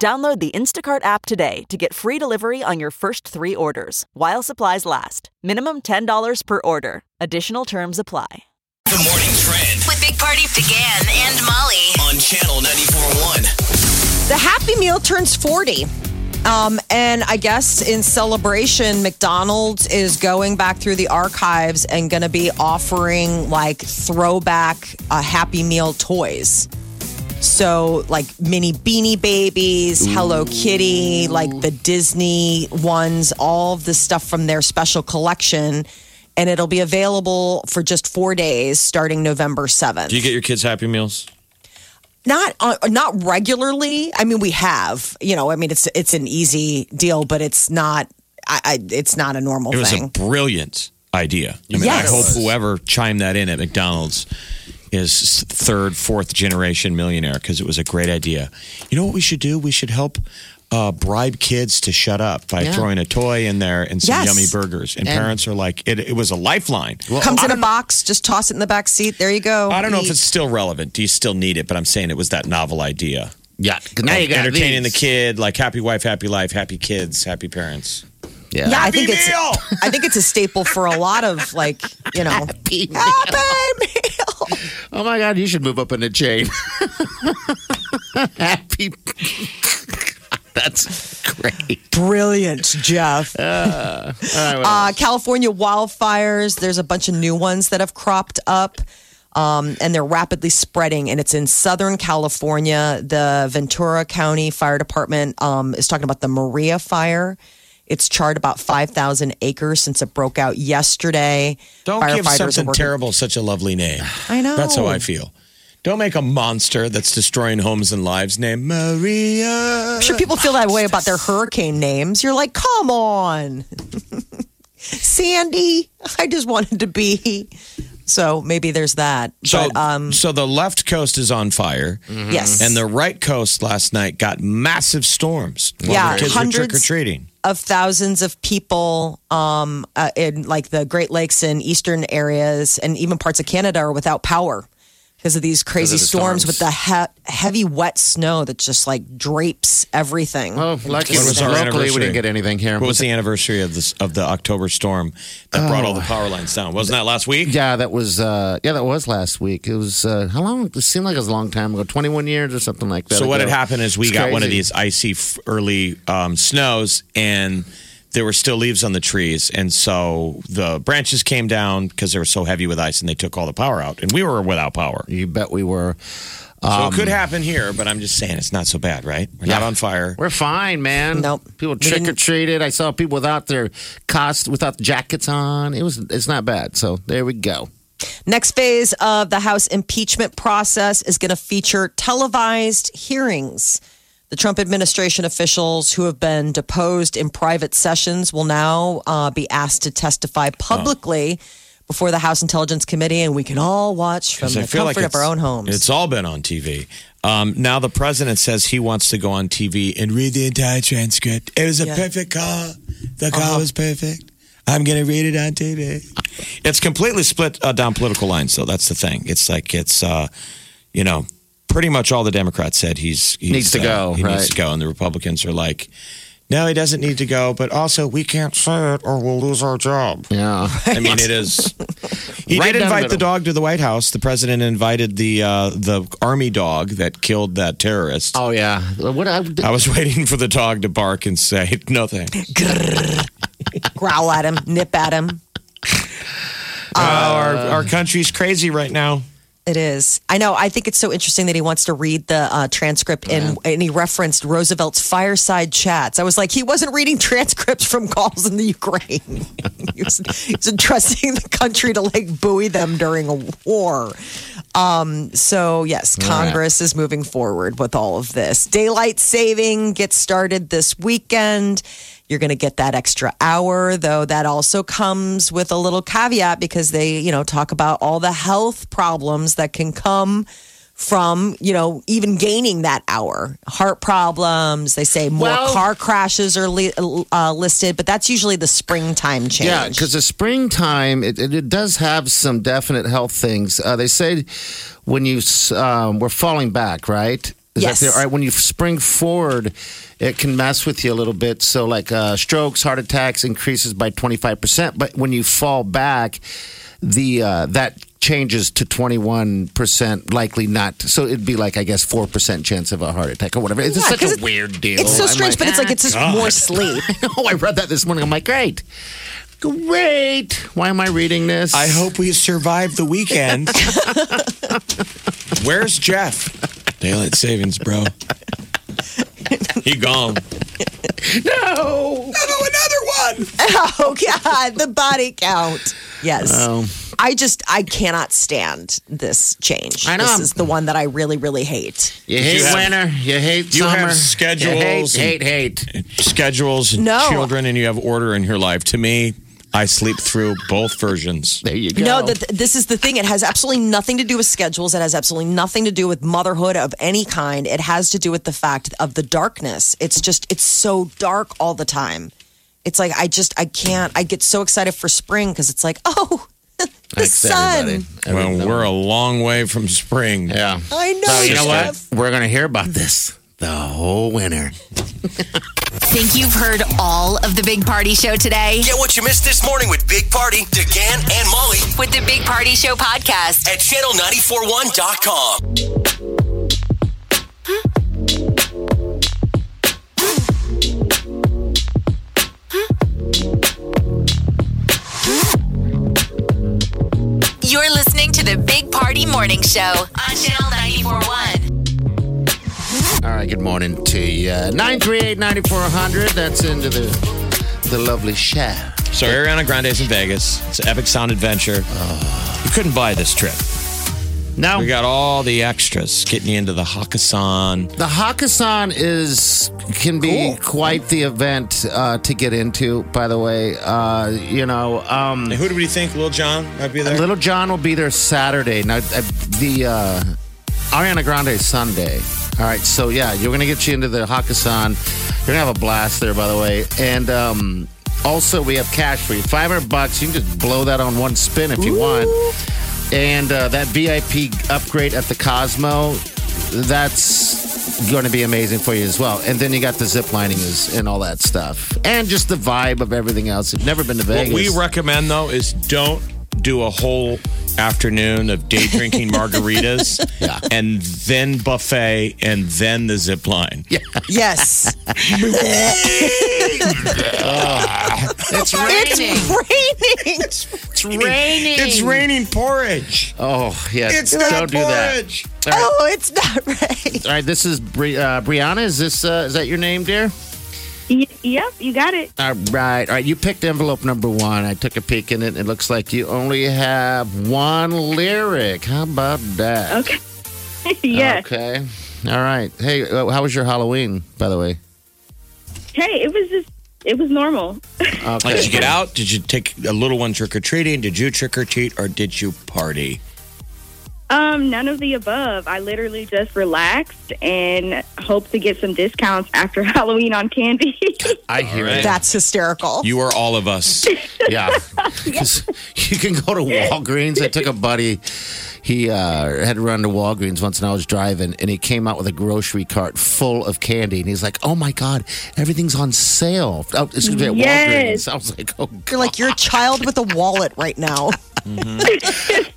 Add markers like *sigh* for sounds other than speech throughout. Download the Instacart app today to get free delivery on your first three orders while supplies last. Minimum $10 per order. Additional terms apply. The morning trend with Big Party began and Molly. on channel 94.1. The Happy Meal turns 40. Um, and I guess in celebration, McDonald's is going back through the archives and going to be offering like throwback uh, Happy Meal toys. So, like mini beanie babies, Hello Kitty, like the Disney ones, all of the stuff from their special collection. And it'll be available for just four days starting November 7th Do you get your kids Happy Meals? not uh, not regularly i mean we have you know i mean it's it's an easy deal but it's not i, I it's not a normal It was a thing brilliant idea. I mean, Yes. I hope whoever chimed that in at McDonald's is third, fourth generation millionaire because it was a great idea. You know what we should do? We should help uh, bribe kids to shut up by throwing a toy in there and some Yes. yummy burgers. And, parents are like, it, it was a lifeline. comes in a box just toss it in the back seat there you go I don't know if Eat. it's still relevant. Do you still need it? But I'm saying it was that novel idea. Yeah, now you got Entertaining these. the kid, like happy wife, happy life, happy kids, happy parents. Yeah. yeah i think Happy it's meal! i think it's a staple for a lot of like you know *laughs* Happy meal. happy meal Oh my God, you should move up in the chain. *laughs* Happy. That's great. brilliant jeff *laughs* uh, California wildfires. There's a bunch of new ones that have cropped up. Um, and they're rapidly spreading, and it's in Southern California. The Ventura County Fire Department um, is talking about the Maria fire. It's charred about 5,000 acres since it broke out yesterday. Don't give Firefighters are something working- terrible such a lovely name. *sighs* I know. That's how I feel. Don't make a monster that's destroying homes and lives named Maria. I'm sure people feel that way about their hurricane names. You're like, come on. *laughs* Sandy, I just wanted to be. So maybe there's that. So, but, um, Mm-hmm. so the left coast is on fire, yes. and the right coast last night got massive storms. while Yeah, the kids were hundreds- trick or treating. of thousands of people um, uh, in like the Great Lakes and eastern areas, and even parts of Canada are without power because of these crazy the storms, storms. with the he- heavy, wet snow that just like drapes everything. Oh, lucky When was our locally we anniversary? didn't get anything here. What was the anniversary of this of the October storm that brought all the Oh. power lines down? Wasn't that last week? Yeah, that was uh, yeah, that was last week. It was uh, how long? It seemed like it was a long time ago, twenty one years or something like that. So what ago. had happened is we It's got one of crazy. these icy f- early um, snows, and there were still leaves on the trees, and so the branches came down because they were so heavy with ice, and they took all the power out, and we were without power. You bet we were. so it could happen here, but I'm just saying it's not so bad, right? We're not Um, Yeah. on fire. We're fine, man. Nope. People We trick or didn't- treated. I saw people without their cost, without jackets on. It was. It's not bad. So there we go. Next phase of the House impeachment process is going to feature televised hearings. The Trump administration officials who have been deposed in private sessions will now uh, be asked to testify Oh. publicly before the House Intelligence Committee, and we can all watch from 'Cause the comfort of our it's- own homes. It's all been on TV. Um, now the president says he wants to go on TV and read the entire transcript. It was a Yeah. perfect call. Uh-huh. The call was perfect. I'm going to read it on TV. It's completely split uh, down political lines, though. That's the thing. It's like it's, uh, you know, pretty much all the Democrats said he's, he's Needs to uh, go, He needs right. to go, and the Republicans are like, no, he doesn't need to go. But also, we can't say it or we'll lose our job. *laughs* Yeah. I mean, it *laughs* is. He Right did down the invite the, middle. dog to the White House. The president invited the uh, the army dog that killed that terrorist. Oh yeah. What I, I was *laughs* waiting for the dog to bark and say *laughs* no thanks. Growl at him, nip at him. Uh, our our country's crazy right now. It is. I know. I think it's so interesting that he wants to read the uh, transcript and, and he referenced Roosevelt's fireside chats. I was like, he wasn't reading *laughs* transcripts from calls in the Ukraine. *laughs* he, was, he was entrusting the country to like buoy them during a war. Um, so, yes, Congress is moving forward with all of this. Daylight saving gets started this weekend. You're going to get that extra hour, though that also comes with a little caveat because they, you know, talk about all the health problems that can come from, you know, even gaining that hour. Heart problems, they say more Well- car crashes are li- uh, listed, but that's usually the springtime change. Yeah, because the springtime it, it, it does have some definite health things. Uh, they say when you s- um, we're falling back, right? Is Yes. That the- all right, when you spring forward, it can mess with you a little bit. So, like uh, strokes, heart attacks increases by twenty five percent, but when you fall back, the uh, that changes to twenty one percent likely not. So it'd be like I guess four percent chance of a heart attack or whatever. It's just Yeah, such a 'cause it- weird deal. It's so I'm strange, like, but it's like it's just more sleep. oh, *laughs* I read that this morning. I'm like, great. Great. Why am I reading this? I hope we survive the *laughs* weekend. Where's Jeff? Daylight savings, bro. He gone. No. Oh, another one. *laughs* Oh God, the body count. Yes. Oh. I just I cannot stand this change. I know. This is the one that I really, really hate. You hate You have- winter. You hate you summer. have schedules You hate, hate, and- hate. Schedules and No. children, and you have order in your life. To me, I sleep through both versions. There you go. No, that this is the thing. It has absolutely nothing to do with schedules. It has absolutely nothing to do with motherhood of any kind. It has to do with the fact of the darkness. It's just it's so dark all the time. It's like I just I can't. I get so excited for spring because it's like oh, the Thanks, sun. everybody. Well, Everybody. we're a long way from spring. Yeah. I know. So you know Jeff. what? We're going to hear about this the whole winter. Think you've heard all of the Big Party Show today? Get what you missed this morning with Big Party, DeGan, and Molly With the Big Party Show podcast. at channel941.com. You're listening to the Big Party Morning Show on Channel 941. All right. Good morning to you. 938 9400. That's into the, the lovely show. So Ariana Grande's in Vegas. It's an epic sound adventure. You couldn't buy this trip. Now, We got all the extras getting you into the Hakkasan. The Hakkasan is can be quite the event uh, to get into. By the way, uh, you know, um, And who do we think Lil Jon might be there? Little John will be there Saturday. Now, uh, the uh, Ariana Grande is Sunday. All right, so yeah, you're gonna get you into the Hakkasan. You're gonna have a blast there, by the way, and. Um, also, we have cash for you. 500 bucks. You can just blow that on one spin if you want. And uh, that VIP upgrade at the Cosmo, that's going to be amazing for you as well. And then you got the zip lining is, and all that stuff. And just the vibe of everything else. I've never been to What Vegas. we recommend though is don't do a whole afternoon of day *laughs* drinking margaritas Yeah. and then buffet and then the zip line. Yeah. *laughs* Yes. it's raining. It's raining. It's raining. It's raining porridge. Oh, yeah. It's Don't not do that. porridge. Oh, it's not right. All right, this is Bri- uh, Brianna. Is this uh, is that your name, dear? Y- yep, you got it. All right, all right. You picked envelope number one. I took a peek in it. It looks like you only have one lyric. How about that? Okay. Oh, *laughs* yes. Okay. All right. Hey, uh, how was your Halloween, by the way? Hey, it was just, it was normal. Like, Okay. did you get out? Did you take a little one trick or treating? Did you trick or treat or did you party? Um, none of the above. I literally just relaxed and hope to get some discounts after *laughs* Halloween on candy. I hear All right. it. That's hysterical. You are all of us. Yeah. 'Cause you can go to Walgreens. I took a buddy. He uh, had to run to Walgreens once, and I was driving, and he came out with a grocery cart full of candy, and he's like, "Oh my god, everything's on sale!" Oh, excuse me, at Yes. Walgreens. I was like, "Oh, god. You're like you're a child with a wallet right now.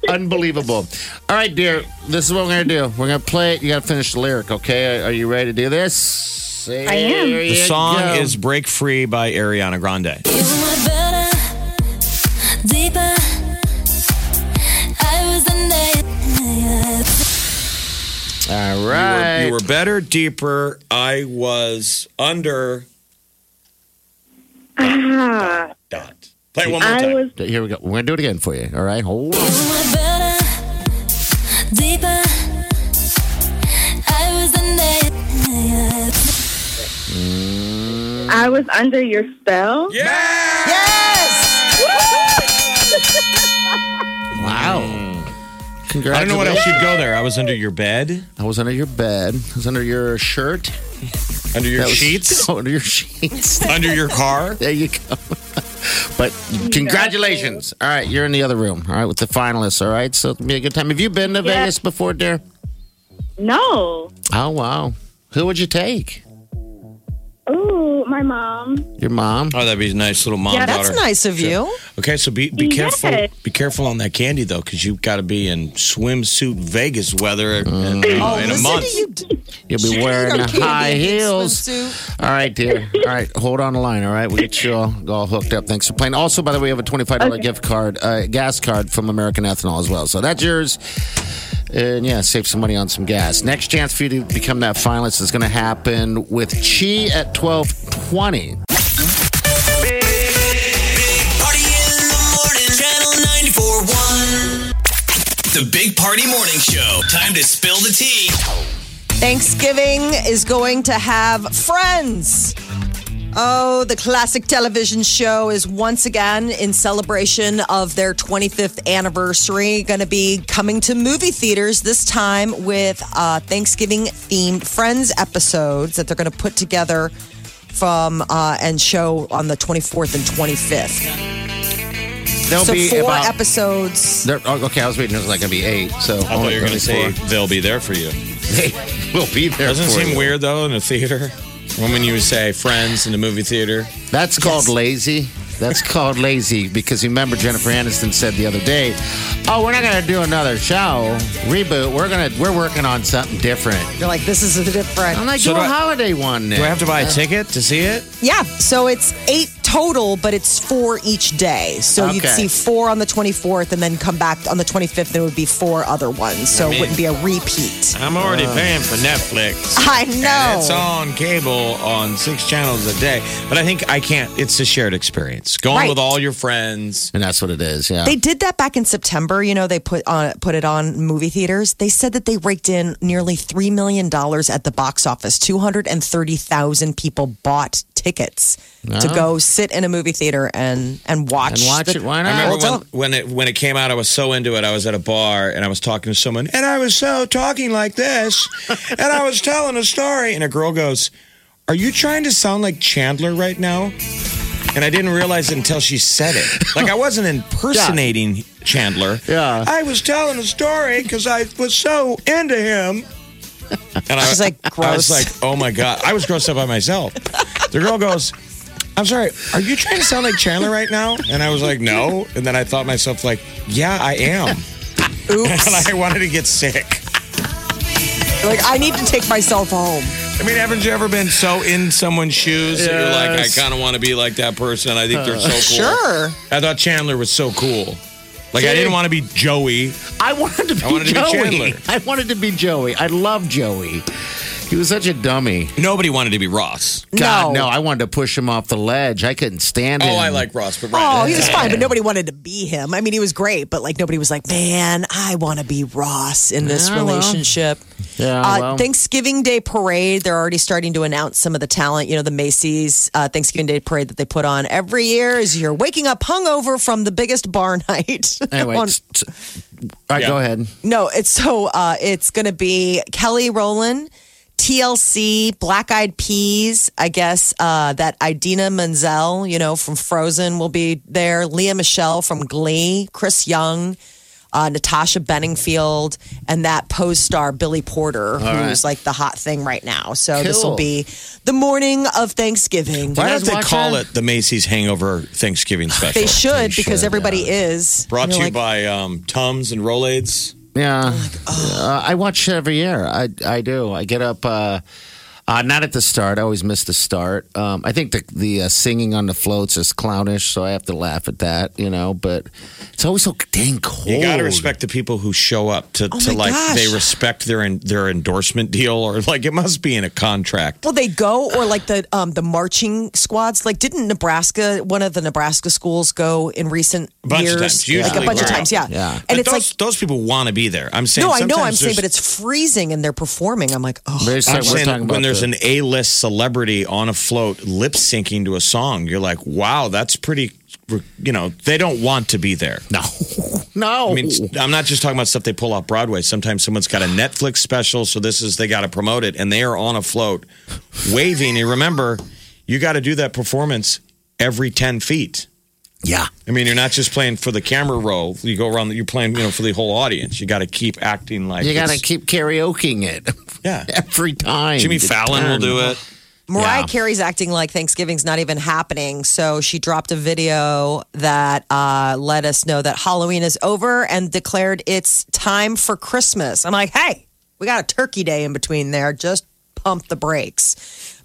unbelievable!" All right, dear, this is what we're gonna do. We're gonna play it. You gotta finish the lyric, okay? Are you ready to do this? I am. Here The you song go. is Break Free by Ariana Grande. You were better, deeper. I was under it. all You were, right. you were better, deeper. I was under. Uh-huh. Dot. dot. Play it one more I time. was, Here we go. We're gonna do it again for you. All right, hold on. You were better, deeper. I was under it. I was under your spell. Yes. Wow. Congratulations. Mm. I don't know what else you'd go there. I was under your bed, I was under your bed. I was under your shirt. under your That was- sheets, *laughs* under your sheets. under your car. There you go. *laughs* But congratulations. All right, you're in the other room. All right, with the finalists. All right, so it'll be a good time. Have you been to Yeah. Vegas before, dear? No. Oh, wow. Who would you take? Ooh, my mom. Your mom? Oh, that'd be a nice little mom Yeah, daughter. That's nice of you. Okay, so be be Yes. careful. Be careful on that candy though, because you've got to be in swimsuit Vegas weather in, in- in a Oh, Listen month. to you. You'll be wearing Candy high in a heels. swimsuit. All right, dear. All right, hold on the line. All right, we get you all, all hooked up. Thanks for playing. Also, by the way, we have a twenty-five dollar gift card, uh, gas card from American Ethanol as well. So that's yours. And yeah, save some money on some gas. Next chance for you to become that finalist is going to happen with Chi at twelve twenty. Big Party in the morning, channel 941. The Big Party Morning Show. Time to spill the tea. Thanksgiving is going to have friends. Oh, the classic television show is once again in celebration of their 25th anniversary. Going to be coming to movie theaters this time with uh, Thanksgiving themed Friends episodes that they're going to put together from uh, and show on the 24th and 25th. There'll so be four about. episodes. there, oh, okay, I was waiting. It was like going to be eight. So I thought you were going to Oh, say *laughs* they'll be there for you. they will be there. Doesn't it for seem you. weird though in a theater? When you say friends in the movie theater, That's called lazy. That's called lazy because you remember Jennifer Aniston said the other day, "Oh, we're not going to do another show reboot. We're going to we're working on something different." You're like, this is a different. I'm like, So do, do a I- holiday one. Now. do I have to buy a ticket to see it? Yeah, so it's eight total, but it's four each day. So you'd see Okay. four on the 24th and then come back on the 25th, and it would be four other ones. So it wouldn't be a repeat. I'm already paying for Netflix. I And it's know. on cable on six channels a day, but I think I can't. It's a shared experience. Going Right. with all your friends. and that's what it is. Yeah. They did that back in September. You know, they put on put it on movie theaters. They said that they raked in nearly three million dollars at the box office. Two hundred and thirty thousand people bought tickets to go sit in a movie theater and and watch and watch the- it. Why I not? remember Well, when, when it when it came out, I was so into it. I was at a bar and I was talking to someone, and I was so talking like this, and I was telling a story, and a girl goes, "Are you trying to sound like Chandler right now?" And I didn't realize it until she said it. Like I wasn't impersonating Chandler. Yeah. I was telling a story because I was so into him. And I She's like, *laughs* I was gross. like, oh my god, I was grossed out by myself. The girl goes, "I'm sorry, are you trying to sound like Chandler right now?" And I was like, "No." And then I thought myself, like, "Yeah, I *laughs* am." *laughs* And I wanted to get sick. like I need to take myself home. I mean, haven't you ever been so in someone's shoes that you're like, "I Yes. kind of want to be like that person. I think they're so cool." Uh. Sure. I thought Chandler was so cool. Like I didn't want to be Joey. I wanted to be I wanted to be Joey. Chandler. I wanted to be Joey. I love Joey. He was such a dummy. Nobody wanted to be Ross. God, No. no. I wanted to push him off the ledge. I couldn't stand him. Oh, I like Ross, but Ryan Oh, didn't. he was fine, but nobody wanted to be him. I mean, he was great, but like nobody was like, man, I want to be Ross in this Yeah, well. relationship. Yeah, uh, well. Thanksgiving Day parade. They're already starting to announce some of the talent. You know, the Macy's uh, Thanksgiving Day parade that they put on every year is you're waking up hungover from the biggest bar *laughs* night. Anyway, On- t- t- all right, Yeah. go ahead. no, it's so uh, it's going to be Kelly Rowland, TLC, Black Eyed Peas. I guess uh, that Idina Menzel, you know, from Frozen, will be there. Leah Michelle from Glee, Chris Young, uh, Natasha Benningfield, and that pose star Billy Porter, who's like the hot thing right now. So this will Cool. be the morning of Thanksgiving. Why You don't guys they watch call that? it the Macy's Hangover Thanksgiving Special? They should They because should, everybody is Brought to You're like, you by um, Tums and Rolades. Yeah, uh, I watch it every year. I I do. I get up. Uh, uh, not at the start. I always miss the start. Um, I think the the uh, singing on the floats is clownish, so I have to laugh at that. You know, but it's always so dang cold. You got to respect the people who show up to, to Oh my like gosh. they respect their en- their endorsement deal or like it must be in a contract. Well, they go or like the um, the marching squads. Like, didn't Nebraska one of the Nebraska schools go in recent Bunch years? of times, like a usually bunch of we're times, yeah. out. Yeah. And But it's those, like those people want to be there. I'm saying no, I know, I'm sometimes saying, but there's- it's freezing and they're performing. I'm like, oh, There's- I'm we're saying talking when about there's there's an A-list celebrity on a float lip syncing to a song, you're like, wow, that's pretty. You know, they don't want to be there. *laughs* No. No. I mean, I'm not just talking about stuff they pull off Broadway. Sometimes someone's got a Netflix special, so this is they got to promote it, and they are on a float, waving. And remember, you got to do that performance every 10 feet. yeah. I mean, you're not just playing for the camera roll. You go around. You're playing, you know, for the whole audience. You got to keep acting like You got to it's- keep karaokeing it *laughs* Yeah, every time. Jimmy It's Fallon will done. do it. Mariah Yeah. Carey's acting like Thanksgiving's not even happening. So she dropped a video that uh, let us know that Halloween is over and declared it's time for Christmas. I'm like, hey, we got a turkey day in between there. Just pump the brakes.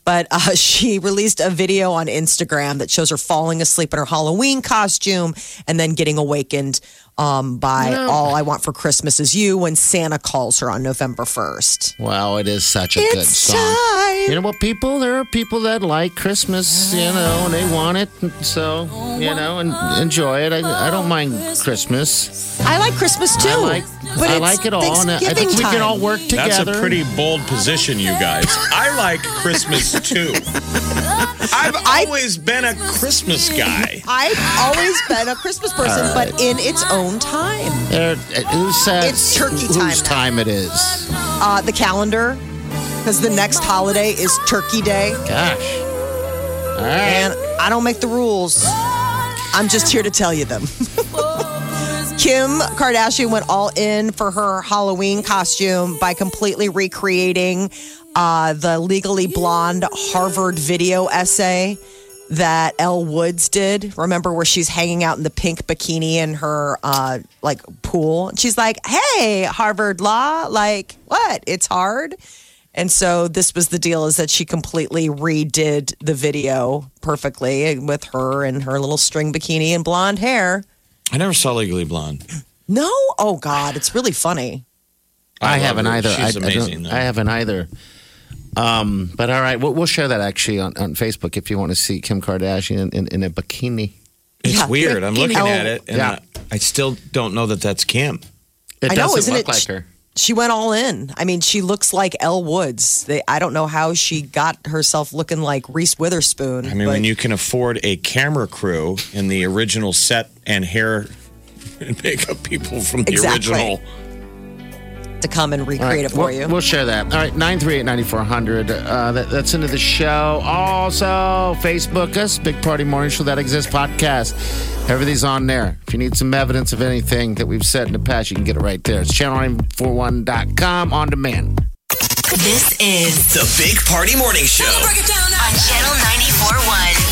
But uh, *laughs* she released a video on Instagram that shows her falling asleep in her Halloween costume and then getting awakened um, by All I Want for Christmas Is You when Santa calls her on November 1st. Wow, it is such a good It's song. time. You know what, people? There are people that like Christmas, you know, and they want it. So, you know, and enjoy it. I, I don't mind Christmas. I like Christmas too. I like, but I it's like it all. And I I Thanksgiving think we can time. all work together. That's a pretty bold position, you guys. I like Christmas too. I've always been a Christmas guy. I've always been a Christmas person, but in its own time. There- Uh, who says It's turkey time whose now. time it is? Uh, the calendar, because the next holiday is Turkey Day, Gosh. All right. and I don't make the rules. I'm just here to tell you them. *laughs* Kim Kardashian went all in for her Halloween costume by completely recreating uh, the Legally Blonde Harvard video essay that Elle Woods did. Remember where she's hanging out in the pink bikini in her uh, like pool? And She's like, "Hey, Harvard Law, like what? It's hard." And so this was the deal: is that she completely redid the video perfectly with her and her little string bikini and blonde hair. I never saw Legally Blonde. No, oh God, it's really funny. I, love haven't her. either. She's I, I don't- amazing. though. I, haven't either. Um, but all right, we'll, we'll share that actually on, on Facebook if you want to see Kim Kardashian in, in, in a bikini. It's Yeah, weird. I'm looking Oh, at it, and yeah. I, I still don't know that that's Kim. It I know, doesn't isn't look it- like her. She went all in. I mean, she looks like Elle Woods. They, I don't know how she got herself looking like Reese Witherspoon. I mean, but when you can afford a camera crew in the original set and hair and makeup people from the Exactly. original, to come and All recreate right, it for we'll, you. We'll share that. All right, 938 9400. Uh, that, that's into the show. Also, Facebook us, Big Party Morning Show That Exists podcast. Everything's on there. If you need some evidence of anything that we've said in the past, you can get it right there. It's channel941.com on demand. This is The Big Party Morning Show. Break it down now. on Channel 94.1.